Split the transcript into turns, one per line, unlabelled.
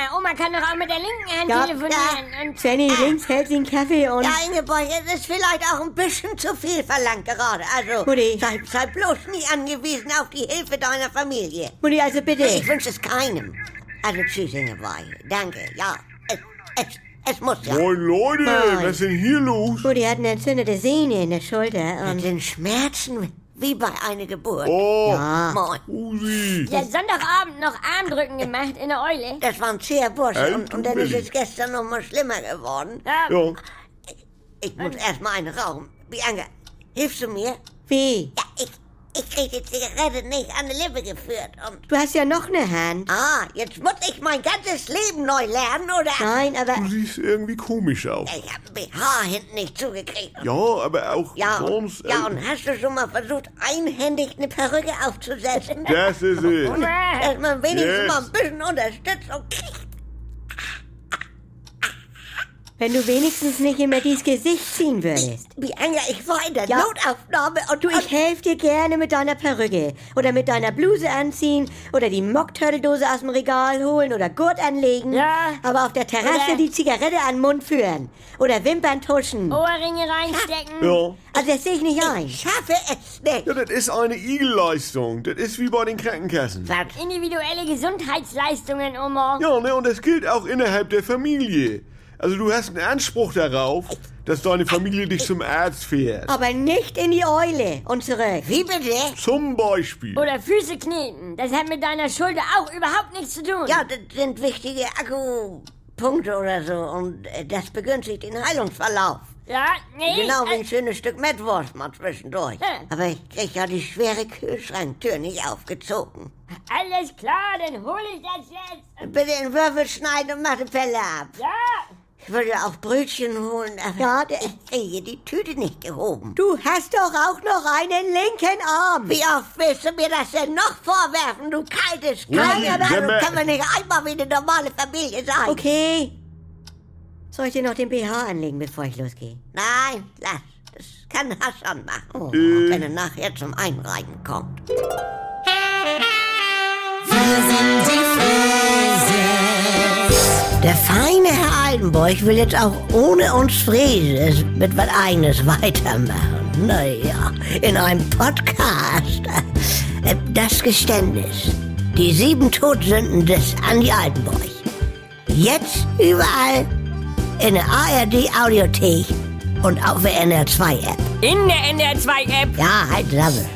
Ja, mit der linken Hand
Ja,
telefonieren. Und
Jenny links hält den Kaffee und.
Ja, Ingeborg, es ist vielleicht auch ein bisschen zu viel verlangt gerade. Also,
Mutti.
sei, sei bloß nie angewiesen auf die Hilfe deiner Familie.
Mutti, also bitte.
Ich wünsche es keinem. Also, tschüss, Ingeborg. Danke, ja. Es, es, es muss ja.
Moin Leute,
Moin.
was ist denn hier los?
Mutti hat eine entzündete Sehne in der Schulter
Mit
und.
den Schmerzen wie bei einer Geburt.
Oh,
Moin.
Usi.
der hat Sonntagabend noch Armdrücken gemacht in der Eule.
Das waren zähe Burschen
Ey,
und,
du
und dann ist
Willi.
es gestern noch mal schlimmer geworden.
Ja,
Ja,
Ich muss erstmal einen Raum. Bianca, hilfst du mir?
Wie?
Ja, ich, ich kriege die Zigarette nicht an die Lippe geführt. Und,
Du hast ja noch eine Hand.
ah, jetzt muss ich mein ganzes Leben neu lernen, oder?
Nein, aber.
du siehst irgendwie komisch aus.
Ich hab BH hinten nicht zugekriegt.
Ja, aber auch
Ja,
sonst.
und,
äh,
ja, und hast du schon mal versucht, einhändig eine Perücke aufzusetzen?
das ist es.
Dass man wenigstens
Yes.
mal ein bisschen unterstützt und
Wenn du wenigstens nicht immer dieses Gesicht ziehen würdest.
Bianca, ich war in der
Ja.
Notaufnahme und
Du, ich helfe dir gerne mit deiner Perücke. Oder mit deiner Bluse anziehen. Oder die Mockturtle-Dose aus dem Regal holen. Oder Gurt anlegen.
Ja.
Aber auf der Terrasse
Oder-
die Zigarette an den Mund führen. Oder Wimpern tuschen.
Oh. Ohrringe reinstecken.
Ja.
Also das sehe ich nicht ein.
Ich schaffe es nicht.
ja, das ist eine Igelleistung. Das ist wie bei den Krankenkassen.
Was?
Individuelle Gesundheitsleistungen, Oma.
Ja, ne, und das gilt auch innerhalb der Familie. Also du hast einen Anspruch darauf, dass deine Familie dich zum Arzt
Oh.
fährt.
Aber nicht in die Eule und zurück.
Wie bitte?
Zum Beispiel.
Oder Füße kneten. Das hat mit deiner Schulter auch überhaupt nichts zu tun.
Ja, das sind wichtige Akkupunkte oder so und äh, das begünstigt den Heilungsverlauf.
Ja, nee.
Genau wie
äh,
ein schönes Stück Mettwurst mal zwischendurch.
Ja.
Aber ich krieg ja die schwere Kühlschranktür nicht aufgezogen.
Alles klar, dann hole ich das jetzt.
Bitte in Würfel schneiden und Mattepelle ab.
Ja.
Ich würde auch Brötchen holen, aber
Ja, der-
ich kriege die Tüte nicht gehoben.
Du hast doch auch noch einen linken Arm.
Wie oft willst du mir das denn noch vorwerfen, du kaltes
Ja,
Kreis?
ja,
Aber
ja,
du kannst nicht einmal wie eine normale Familie sein.
Okay. Soll ich dir noch den BH anlegen, bevor ich losgehe?
Nein, lass. Das kann Hassan machen,
Äh.
Oh, wenn er nachher zum Einreiben kommt. Der feine Herr Altenburg will jetzt auch ohne uns Frieses mit was Eigenes weitermachen. Naja, in einem Podcast. Äh, Das Geständnis. Die sieben Todsünden des Andi Altenburg. Jetzt überall in der ARD Audiothek und auf der NR2 App.
In der NDR 2 App.
Ja, halt Sammel.